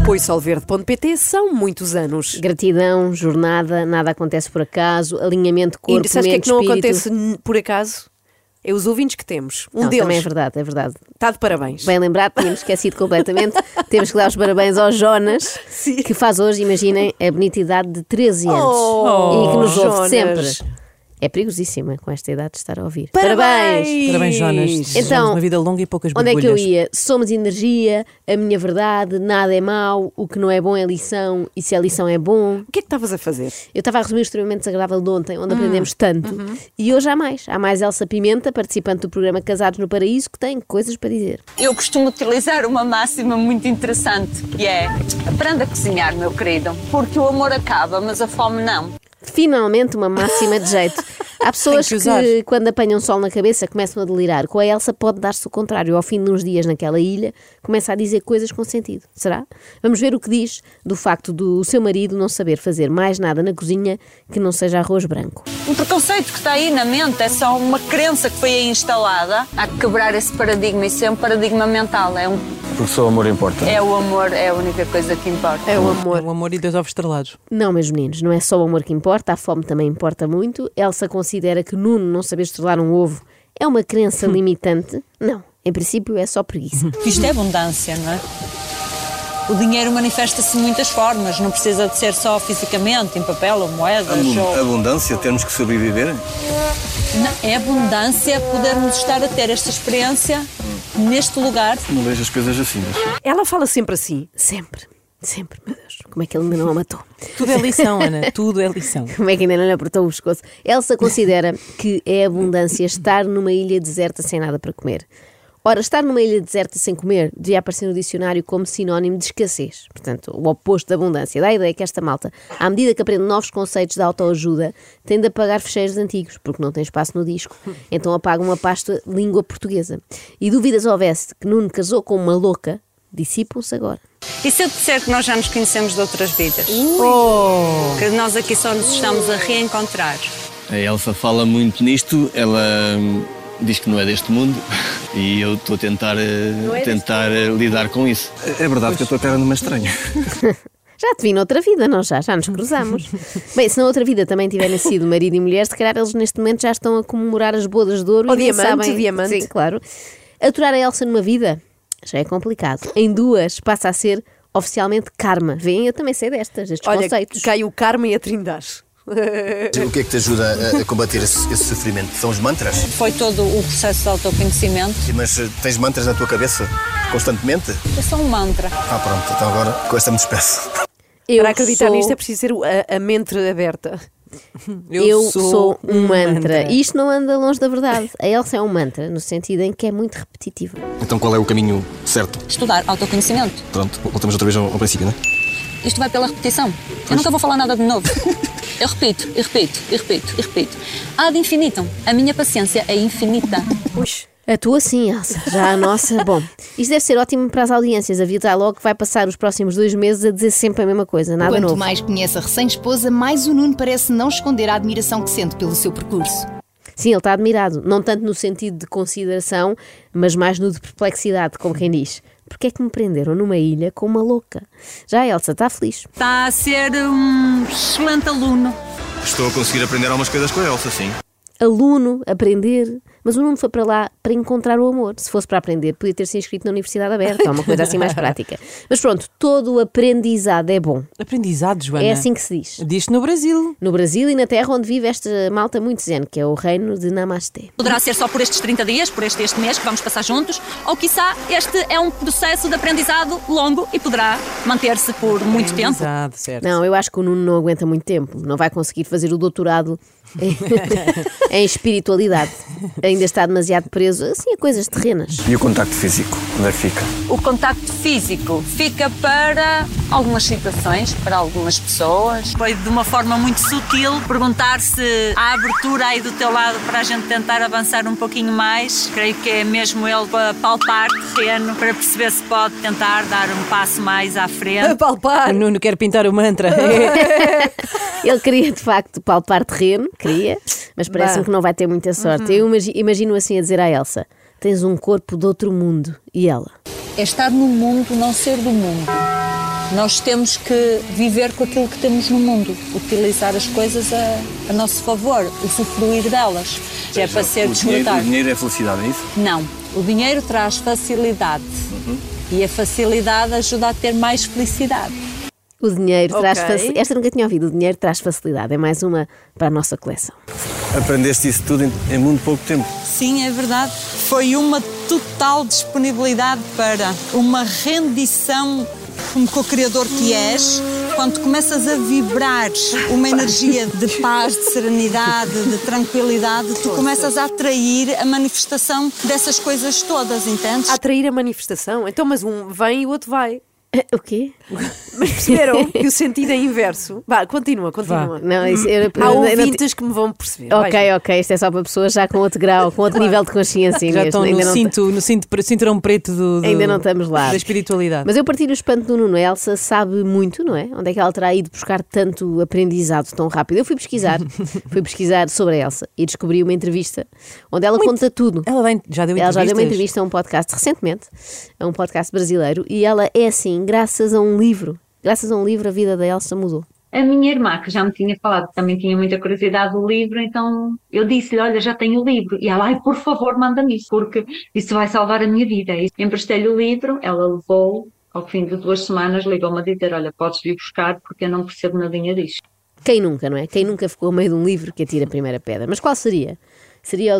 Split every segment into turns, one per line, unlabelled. Apoio solverde.pt são muitos anos.
Gratidão, jornada, nada acontece por acaso, alinhamento corpo,
e sabes o que é que
mente,
não
espírito.
acontece n- por acaso? É os ouvintes que temos. Um
Não, Também é
deles
verdade, é verdade.
está de parabéns.
Bem lembrado, tínhamos esquecido completamente. Temos que dar os parabéns ao Jonas,
Sim.
que faz hoje, imaginem, a bonita idade de 13 anos.
Oh,
e que nos ouve
Jonas.
sempre. É perigosíssima com esta idade de estar a ouvir.
Parabéns, Jonas. Desejamos
Então,
uma vida longa e poucas
Onde é que eu
borbulhas.
ia? Somos energia, a minha verdade, nada é mau, o que não é bom é lição, e se a lição é bom.
O que é que estavas a fazer?
Eu estava a resumir o extremamente desagradável de ontem,
Hum.
onde aprendemos tanto.
Uhum.
E hoje há mais. Há mais Elsa Pimenta, participante do programa Casados no Paraíso, que tem coisas para dizer.
Eu costumo utilizar uma máxima muito interessante, que é aprenda a cozinhar, meu querido, porque o amor acaba, mas a fome não.
Finalmente, uma máxima de jeito. Há pessoas
Tem que
que,
usar.
quando apanham sol na cabeça, começam a delirar. Com a Elsa, pode dar-se o contrário. Ao fim de uns dias naquela ilha, começa a dizer coisas com sentido. Será? Vamos ver o que diz do facto do seu marido não saber fazer mais nada na cozinha que não seja arroz branco.
Um preconceito que está aí na mente é só uma crença que foi aí instalada. Há que quebrar esse paradigma, isso é um paradigma mental, é, um,
Porque só o amor importa.
é o amor, é a única coisa que importa.
É o
Amor.
amor.
O amor e dois ovos estrelados.
Não, meus meninos, não é só o amor que importa, a fome também importa muito. Elsa considera que Nuno não saber estrelar um ovo é uma crença limitante. Não, em princípio é só preguiça.
Que isto é abundância, não é? O dinheiro manifesta-se de muitas formas, não precisa de ser só fisicamente, em papel ou moedas.
Abun- Abundância, termos que sobreviver.
É abundância podermos estar a ter esta experiência neste lugar.
Não vejo as coisas assim. mas-
Ela fala sempre assim.
Sempre, sempre, meu Deus, como é que ele ainda não a matou?
Tudo é lição, Ana. Tudo é lição.
Como é que ainda não lhe apertou o pescoço? Elsa considera que é abundância estar numa ilha deserta sem nada para comer. Ora, estar numa ilha deserta sem comer devia aparecer no dicionário como sinónimo de escassez, portanto, o oposto da abundância. Dá a ideia que esta malta, à medida que aprende novos conceitos de autoajuda, tem de apagar fecheiros antigos, porque não tem espaço no disco. Então apaga uma pasta língua portuguesa. E dúvidas houvesse que Nuno casou com uma louca, dissipam-se agora.
E se eu disser que nós já nos conhecemos de outras vidas? Oh. Que nós aqui só nos estamos a reencontrar.
A Elsa fala muito nisto, ela hum, diz que não é deste mundo e eu estou a tentar, eh,
é
tentar eh, lidar com isso.
É é verdade que a tua terra não é estranha.
Já te vi noutra vida, não já? Já nos cruzamos. Bem, se na outra vida também tiverem sido marido e mulher, se calhar eles neste momento já estão a comemorar as bodas de ouro
Ou
e nem
diamante,
sabem...
diamante.
Sim, claro. Aturar a Elsa numa vida já é complicado. Em duas passa a ser oficialmente karma. Vêem, eu também sei destas, destes
Olha,
conceitos.
cai o Carmo e a Trindade.
O que é que te ajuda a, a combater esse, esse sofrimento? São os mantras?
Foi todo o processo de autoconhecimento.
Mas eh, tens mantras na tua cabeça? Constantemente?
Eu sou um mantra.
Ah, pronto, então agora com esta me despeço.
Eu
Para acreditar
sou-
nisto é preciso ter o- a, a mente aberta.
Eu, sou, um mantra. E isto não anda longe da verdade. A Elsa é um mantra, no sentido em que é muito repetitiva.
Então qual é o caminho certo?
Estudar autoconhecimento.
Pronto, voltamos outra vez ao, ao princípio, não é?
Isto vai pela repetição. Eu nunca vou falar nada de novo. Eu repito, e repito, e repito, e repito. Ad infinitum. A minha paciência é infinita.
A tua sim, Elsa. Já a nossa, bom. Isto deve ser ótimo para as audiências. Avisar logo que vai passar os próximos dois meses a dizer sempre a mesma coisa, nada
Quanto
novo.
mais conhece a recém-esposa, mais o Nuno parece não esconder a admiração que sente pelo seu percurso.
Sim, ele está admirado. Não tanto no sentido de consideração, mas mais no de perplexidade, como quem diz. Porquê é que me prenderam numa ilha com uma louca? Já a Elsa está feliz.
Está a ser um excelente aluno.
Estou a conseguir aprender algumas coisas com a Elsa, sim.
Aluno, aprender. Mas o Nuno foi para lá para encontrar o amor. Se fosse para aprender, podia ter se inscrito na Universidade Aberta, ou uma coisa assim mais prática. Mas pronto, todo o aprendizado é bom.
Aprendizado, Joana.
É assim que se diz.
Diz-te no Brasil.
no Brasil e na terra onde vive esta malta muito zen, que é o reino de Namasté.
Poderá ser só por estes 30 dias, por este este mês que vamos passar juntos, ou quiçá este é um processo de aprendizado longo e poderá manter-se por muito tempo.
Aprendizado, Tá, certo.
Não, eu acho que o Nuno não aguenta muito tempo, não vai conseguir fazer o doutorado em, em espiritualidade. Ainda está demasiado preso assim a coisas terrenas.
E o contacto físico, onde é que fica?
O contacto físico fica para algumas situações, para algumas pessoas. Foi de uma forma muito sutil perguntar se há abertura aí do teu lado para a gente tentar avançar um pouquinho mais. Creio que é mesmo ele para palpar terreno, para perceber se pode tentar dar um passo mais à frente.
A palpar.
O Nuno quer pintar o mantra. É.
Ele queria de facto palpar terreno, queria, mas parece-me que não vai ter muita sorte.
Uhum.
Eu imagi- imagino assim a dizer à Elsa: tens um corpo de outro mundo. E ela?
É estar no mundo, não ser do mundo. Nós temos que viver com aquilo que temos no mundo, utilizar as coisas a, a nosso favor, usufruir delas. Que é para ser
o dinheiro, o
desfrutar.
dinheiro é felicidade, é isso?
Não. O dinheiro traz facilidade.
Uhum.
E a facilidade ajuda a ter mais felicidade.
O dinheiro traz
Ok.
facilidade. Esta nunca tinha ouvido. O dinheiro traz facilidade. É mais uma para a nossa coleção.
Aprendeste isso tudo em, em muito pouco tempo.
Sim, é verdade. Foi uma total disponibilidade para uma rendição como co-criador que és. Quando começas a vibrar uma energia de paz, de serenidade, de tranquilidade, tu começas a atrair a manifestação dessas coisas todas, entendes?
A atrair a manifestação. Então, mas um vem e o outro vai.
O quê?
Mas perceberam que o sentido é inverso. Vá, continua, continua.
Não, isso era
Há um
eu não-
ouvintes que me vão perceber. Vai,
Ok, ok, isto é só para pessoas já com outro grau, com outro nível de consciência.
Já
Inês.
estão
ainda
no
não
cinto, no cinto, pre- cinturão preto do, do-
Ainda não estamos lá.
Da espiritualidade.
Mas eu partilho o espanto do Nuno. A Elsa sabe muito, não é? Onde é que ela terá ido buscar tanto aprendizado tão rápido? Eu fui pesquisar, fui pesquisar sobre a Elsa e descobri uma entrevista onde ela conta tudo.
Ela vem- já deu
Ela já deu uma
entrevistas?
entrevista a um podcast recentemente, a um podcast brasileiro, e ela é assim, graças a um livro. Graças a um livro, a vida da Elsa mudou.
A minha irmã, que já me tinha falado, também tinha muita curiosidade do livro, então eu disse-lhe, olha, já tenho o livro. E ela, ai, por favor, manda-me isso, porque isso vai salvar a minha vida. E emprestei-lhe o livro, ela levou, ao fim de duas semanas, ligou-me a dizer, olha, podes vir buscar, porque eu não percebo nadinha disto.
Quem nunca, não é? Quem nunca ficou a meio de um livro que atira a primeira pedra? Mas qual seria? Seria o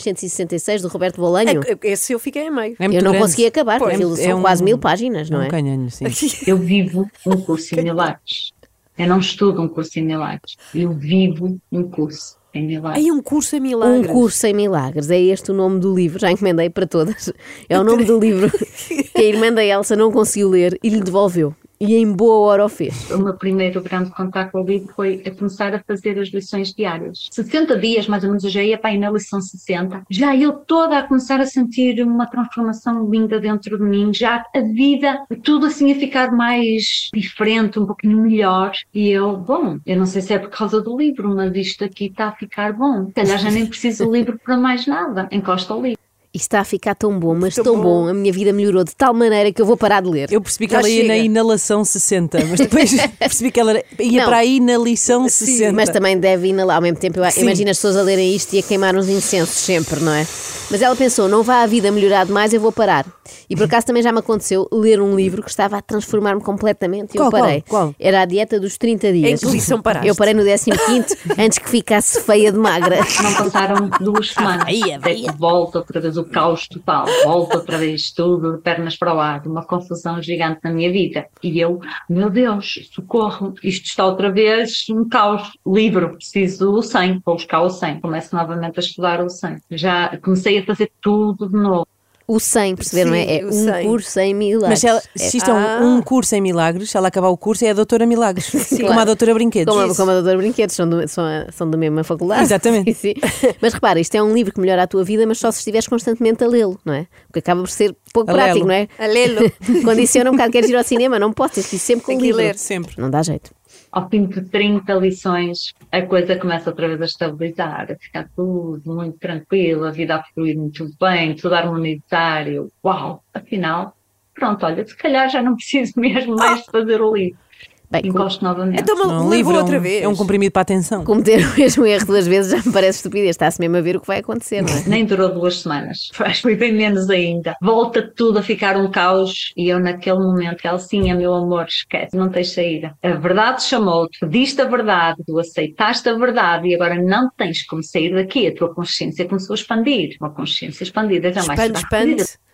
2666 do Roberto Bolanho?
É, Esse eu fiquei a meio.
É muito
Eu não
grande.
consegui acabar,
Pois,
porque aquilo
é
são
um-
quase mil páginas, não
um
é?
canhão, sim.
Eu vivo um curso em milagres. Eu não estudo um curso em milagres. Eu vivo um curso em milagres.
Aí um curso é
Um
milagre.
curso em milagres, é este o nome do livro, já encomendei para todas. É o nome do livro que a irmã da Elsa não conseguiu ler e lhe devolveu. E em boa hora o fez.
O meu primeiro grande contato com o livro foi a começar a fazer as lições diárias. 60 dias, mais ou menos, eu já ia para aí na lição 60. Já eu toda a começar a sentir uma transformação linda dentro de mim, já a vida, tudo assim a ficar mais diferente, um pouquinho melhor. E eu, bom, eu não sei se é por causa do livro, mas isto aqui está a ficar bom. Se calhar já nem preciso do livro para mais nada. Encosta o livro.
E está a ficar tão bom, mas tão
bom.
bom, a minha vida melhorou de tal maneira que eu vou parar de ler.
Eu percebi que
Já
ela ia na
chega.
inalação 60, mas depois percebi que ela era- ia
Não.
para a inalição 60.
Mas também deve inalar ao mesmo tempo. Eu
Sim.
imagino as pessoas a lerem isto e a queimar uns incensos sempre, não é? Mas ela pensou: não vá a vida melhorar demais, eu vou parar. E por acaso também já me aconteceu ler um livro que estava a transformar-me completamente e
Qual,
eu parei.
qual, qual?
Era a dieta dos 30 dias.
Em que lição paraste?
Eu parei no 15 antes que ficasse feia de magra.
Não passaram duas semanas. Até que Volta outra vez o caos total. Volta outra vez tudo, de pernas para o ar. Uma confusão gigante na minha vida. E eu, meu Deus, socorro. Isto está outra vez um caos. Livro, preciso o 100. Vou buscar o 100. Começo novamente a estudar o 100. Já comecei a fazer tudo de novo.
O 100, perceberam?
Sim,
é
o
um
100.
curso em milagres.
Mas se, ela,
É
se isto é
Ah.
um, um curso em milagres, se ela acabar o curso, é a doutora Milagres. Como a doutora Brinquedos.
Como, a- como a Doutora Brinquedos, são, do, são, a- são da mesma faculdade.
Exatamente.
Sim, sim. Mas repara, isto é um livro que melhora a tua vida, mas só se estiveres constantemente a lê-lo, não é? Porque acaba por ser pouco
A lê-lo.
prático, não é?
A lê-lo.
Condiciona um bocado, queres ir ao cinema, não posso, tens que ir sempre com
Tem
o
que
livro.
ler sempre.
Não dá jeito.
Ao fim de 30 lições, a coisa começa outra vez a estabilizar, a ficar tudo muito tranquilo, a vida a fluir muito bem, tudo harmonizário. Uau! Afinal, pronto, olha, se calhar já não preciso mesmo mais de fazer o livro.
Ah! Bem, com-
Encosto novamente.
Então,
Não,
mas
um livro
levou
é um-
outra vez.
É um comprimido para a atenção.
cometer o mesmo erro duas vezes já me parece estupidez, está-se mesmo a ver o que vai acontecer, não é?
Nem durou duas semanas. Acho que foi bem menos ainda. Volta tudo a ficar um caos e eu naquele momento, Elcinha, meu amor, esquece, não tens saída. A verdade chamou-te, pediste a verdade, tu aceitaste a verdade e agora não tens como sair daqui. A tua consciência começou a expandir. Uma consciência expandida jamais
Expande,
será recolhida.
expande.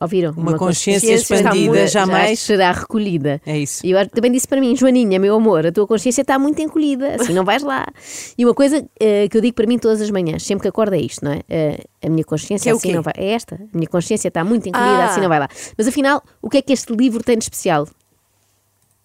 Ouviram?
Uma consciência
está
expandida
muito-
jamais-
será recolhida.
É isso.
E eu acho- também disse para mim, Joaninha, meu amor, a tua consciência está muito encolhida, assim não vais lá. E uma coisa eh, que eu digo para mim todas as manhãs, sempre que acordo é isto, não é? Eh, a minha consciência
Que é o
assim
quê?
não vai. É esta, a minha consciência está muito encolhida,
Ah.
assim não vai lá. Mas afinal, o que é que este livro tem de especial?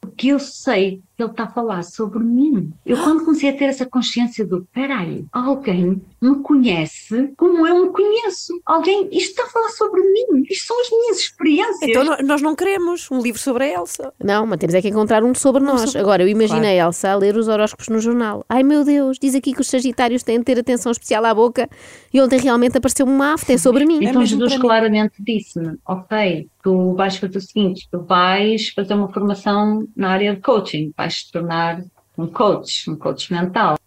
O que eu sei ele está a falar sobre mim. Eu quando comecei a ter essa consciência do, peraí, alguém me conhece como eu me conheço. Alguém, isto está a falar sobre mim. Isto são as minhas experiências.
Então no- nós não queremos um livro sobre a Elsa.
Não, mas temos é que encontrar um sobre nós. Agora, eu imagino a Elsa a ler os horóscopos no jornal. Ai meu Deus, diz aqui que os Sagitários têm de ter atenção especial à boca e ontem realmente apareceu uma afta, é sobre mim.
Então Jesus claramente disse-me, ok, tu vais fazer o seguinte, tu vais fazer uma formação na área de coaching, vais te tornar um coach, um coach mental.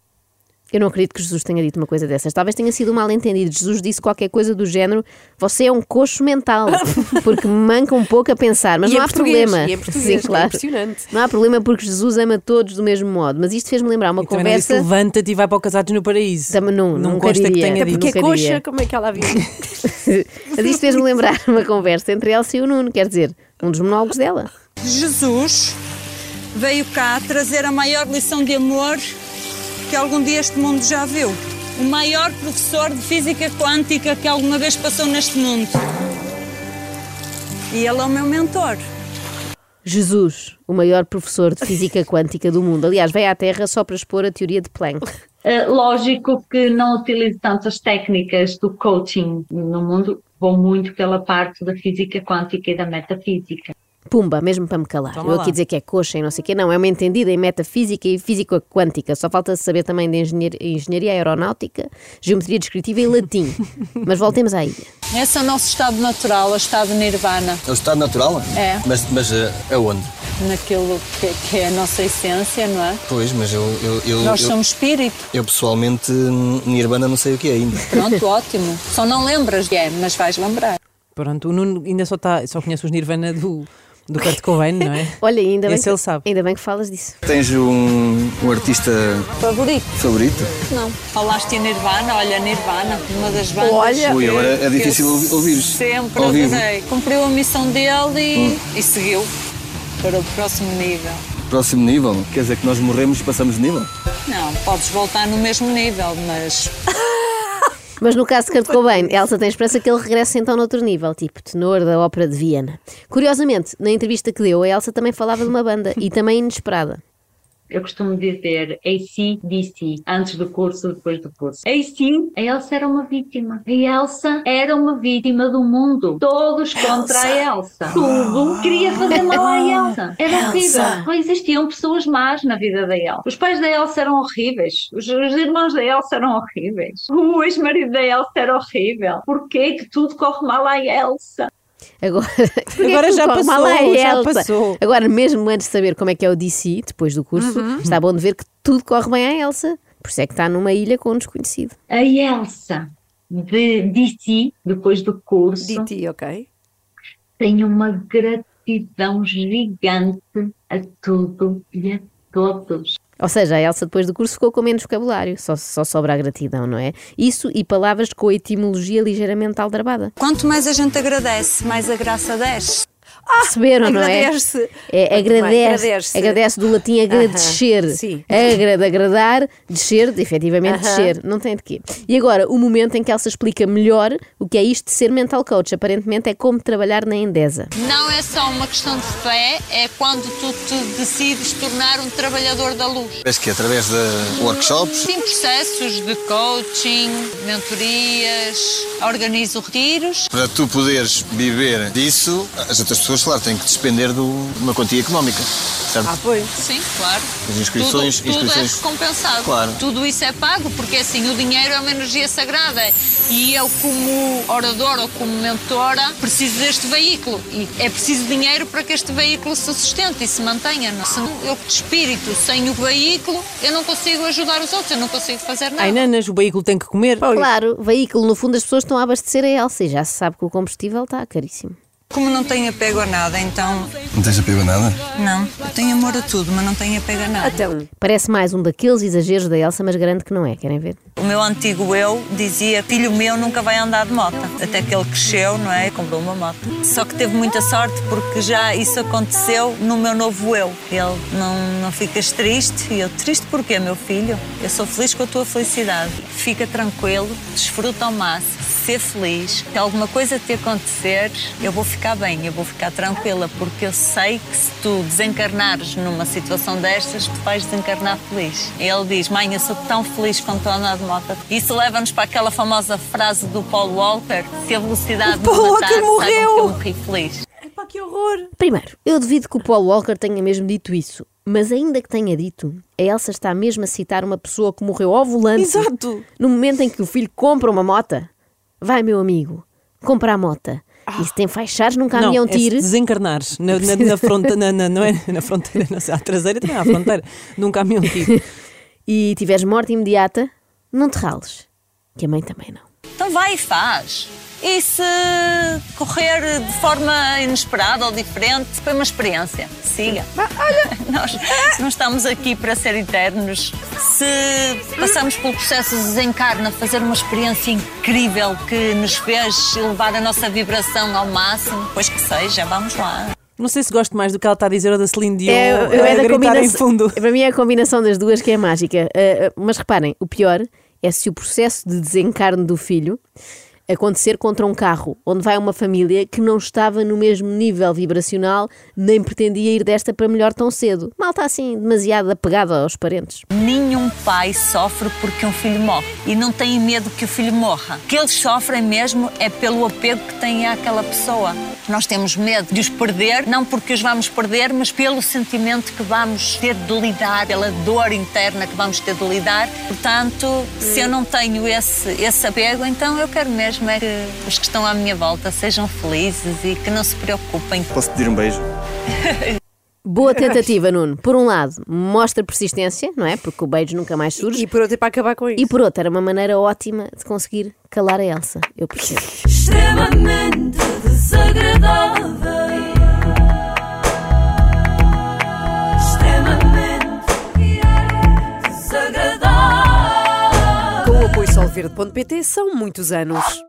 Eu não acredito que Jesus tenha dito uma coisa dessas. Talvez tenha sido um mal-entendido. Jesus disse qualquer coisa do género: você é um coxo mental, porque me manca um pouco a pensar, mas
E
não
em
há
português,
problema.
e em português,
Sim,
é
claro.
impressionante.
Não há problema porque Jesus ama todos do mesmo modo. Mas isto fez-me lembrar uma
Também não disse,
conversa.
Levanta-te e vai para o Casados no Paraíso.
Também não-
Um
não
nunca
consta que
diria.
tenha
Até
Até
dito.
porque é
nunca diria.
coxa, como é que ela havia?
mas isto fez-me lembrar uma conversa entre Elsa e o Nuno, quer dizer, um dos monólogos dela.
Jesus veio cá trazer a maior lição de amor que algum dia este mundo já viu. O maior professor de física quântica que alguma vez passou neste mundo. E ele é o meu mentor.
Jesus, o maior professor de física quântica do mundo. Aliás, veio à Terra só para expor a teoria de Planck.
Eh, lógico que não utilizo tantas técnicas do coaching no mundo, vou muito pela parte da física quântica e da metafísica.
Pumba, mesmo para me calar.
Toma
eu
lá.
aqui dizer que é coxa e não sei o quê, não. É uma entendida em metafísica e física quântica. Só falta saber também de engenharia, engenharia aeronáutica, geometria descritiva e latim. Mas voltemos à ilha.
Esse é o nosso estado natural, o estado nirvana,
É o estado natural?
É.
Mas, mas eh, aonde?
naquilo que, que é a nossa essência, não é?
Pois, mas eu, eu, eu,
Nós
eu,
somos espírito.
eu pessoalmente, hum, Nirvana, não sei o que é ainda.
Pronto, ótimo. Só não lembras de é, mas vais lembrar.
Pronto, o Nuno ainda só, está, só conhece os Nirvana do, do Kurt Cobain, não é?
Olha, ainda bem,
Esse
que,
ele sabe.
ainda bem que falas disso.
Tens um, um artista
Favorito?
favorito?
Não. Falaste em Nirvana, olha, Nirvana, uma das bandas.
Olha.
Ui, agora é
que eu
difícil ouvi- ouvir.
Sempre
Ao vivo. Hum.
adorei. Cumpriu a missão dele e, e seguiu para o próximo nível.
Próximo nível? Quer dizer que nós morremos e passamos de nível?
Não, podes voltar no mesmo nível, mas
Mas no caso de Kurt Cobain, Elsa tem esperança que ele regresse então noutro nível, tipo tenor da Ópera de Viena. Curiosamente, na entrevista que deu, a Elsa também falava de uma banda e também inesperada.
Eu costumo dizer AC/DC antes do curso, depois do curso. AC, a Elsa era uma vítima. A Elsa era uma vítima do mundo. Todos contra a Elsa. Tudo queria fazer mal à Elsa. Era horrível. Não existiam pessoas más na vida da Elsa. Os pais da Elsa eram horríveis. Os, os irmãos da Elsa eram horríveis. O ex-marido da Elsa era horrível. Porquê que tudo corre mal à Elsa?
Agora, Porque
Agora
é que
já
corre mal
passou,
à
já
Elsa?
passou.
Agora, mesmo antes de saber como é que é o DC, depois do curso,
Uhum.
está bom de ver que tudo corre bem à Elsa. Por isso é que está numa ilha com um desconhecido.
A Elsa de DC, depois do curso,
De ti, ok?
tenho uma gratidão gigante a tudo e a todos.
Ou seja, a Elsa depois do curso ficou com menos vocabulário, só, só sobra a gratidão, não é? Isso e palavras com a etimologia ligeiramente aldrabada.
quanto mais a gente agradece, mais a graça desce.
Perceberam, não é?
agradece.
É,
Muito bem,
agradece,
agradece.
agradece do latim agradecer.
Aham, sim.
Agra de agradar, descer, de efetivamente
Aham.
descer. Não tem de quê. E agora, o momento em que Elsa explica melhor o que é isto de ser mental coach. Aparentemente é como trabalhar na Endesa.
Não é só uma questão de fé, é quando tu te decides tornar um trabalhador da luz.
Parece que é através de workshops.
Sim, processos de coaching, mentorias, organizo retiros.
Para tu poderes viver disso, as outras pessoas, claro, têm que despender de uma quantia económica, certo?
Sim, claro.
As inscrições-
tudo, tudo
inscrições.
é recompensado.
Claro.
Tudo isso é pago, porque assim, o dinheiro é uma energia sagrada. E eu, como oradora ou como mentora, preciso deste veículo. E é preciso dinheiro para que este veículo se sustente e se mantenha. Não? Se não- eu, de espírito, sem o veículo, eu não consigo ajudar os outros, eu não consigo fazer nada.
Ai, nanas, o veículo tem que comer.
Claro, veículo, no fundo as pessoas estão a abastecer a Elsa e já se sabe que o combustível está caríssimo.
Como não tenho apego a nada, então,
Não tens apego a nada?
não. Eu tenho amor a tudo, mas não tenho apego a nada.
Então,
Parece mais um daqueles exageros da Elsa, mas garanto que não é. Querem ver?
O meu antigo eu dizia: Filho meu nunca vai andar de moto. Até que ele cresceu, não é? E Comprou uma moto. Só que teve muita sorte porque já isso aconteceu no meu novo eu. Ele não, não ficas triste. E eu: Triste porquê, meu filho? Eu sou feliz com a tua felicidade. Fica tranquilo, desfruta ao máximo, ser feliz. Se alguma coisa te acontecer, eu vou ficar ficar bem, eu vou ficar tranquila, porque eu sei que se tu desencarnares numa situação destas, tu vais desencarnar feliz. E ele diz: Mãe, eu sou tão feliz com Tona de Mota. Isso leva-nos para aquela famosa frase do Paul Walker: Se a velocidade
O Paul
me
Walker
matar, saibam que
morreu!
eu morri feliz.
Epá, que horror!
Primeiro, eu duvido que o Paul Walker tenha mesmo dito isso. Mas ainda que tenha dito, a Elsa está mesmo a citar uma pessoa que morreu ao volante
Exato!
no momento em que o filho compra uma mota. Vai, meu amigo, compra a mota. E se tem faixares num
não,
caminhão
é se
tire,
desencarnares na, na, na fronteira, na, na- não é na fronteira, não sei, à traseira também à fronteira, num caminhão tiro.
e tiveres morte imediata, não te rales. Que a mãe também não.
Então vai e faz. E se correr de forma inesperada ou diferente, foi uma experiência. Siga. Olha, nós não estamos aqui para ser eternos. Se passamos pelo processo de desencarna, fazer uma experiência incrível que nos fez elevar a nossa vibração ao máximo, pois que seja, vamos lá.
Não sei se gosto mais do que ela está a dizer ou da Celine Dion
É,
a
é
gritar
da
em
combinação-
fundo.
Para mim é a combinação das duas que é mágica. Ah, ah, mas reparem, o pior é se o processo de desencarne do filho acontecer contra um carro, onde vai uma família que não estava no mesmo nível vibracional, nem pretendia ir desta para melhor tão cedo. Mal está assim, demasiado apegada aos parentes.
Nenhum pai sofre porque um filho morre e não tem medo que o filho morra. O que eles sofrem mesmo é pelo apego que têm àquela pessoa. Nós temos medo de os perder, não porque os vamos perder, mas pelo sentimento que vamos ter de lidar, pela dor interna que vamos ter de lidar. Portanto, se eu não tenho esse, esse apego, então eu quero mesmo é que os que estão à minha volta sejam felizes e que não se preocupem.
Posso pedir um beijo?
Boa tentativa, Nuno. Por um lado, mostra persistência, não é? Porque o beijo nunca mais surge.
E por outro é para acabar com
E
isso.
por outro, era uma maneira ótima de conseguir calar a Elsa. Eu percebo.
extremamente desagradável. Extremamente desagradável.
Com o apoio solverde.pt são muitos anos.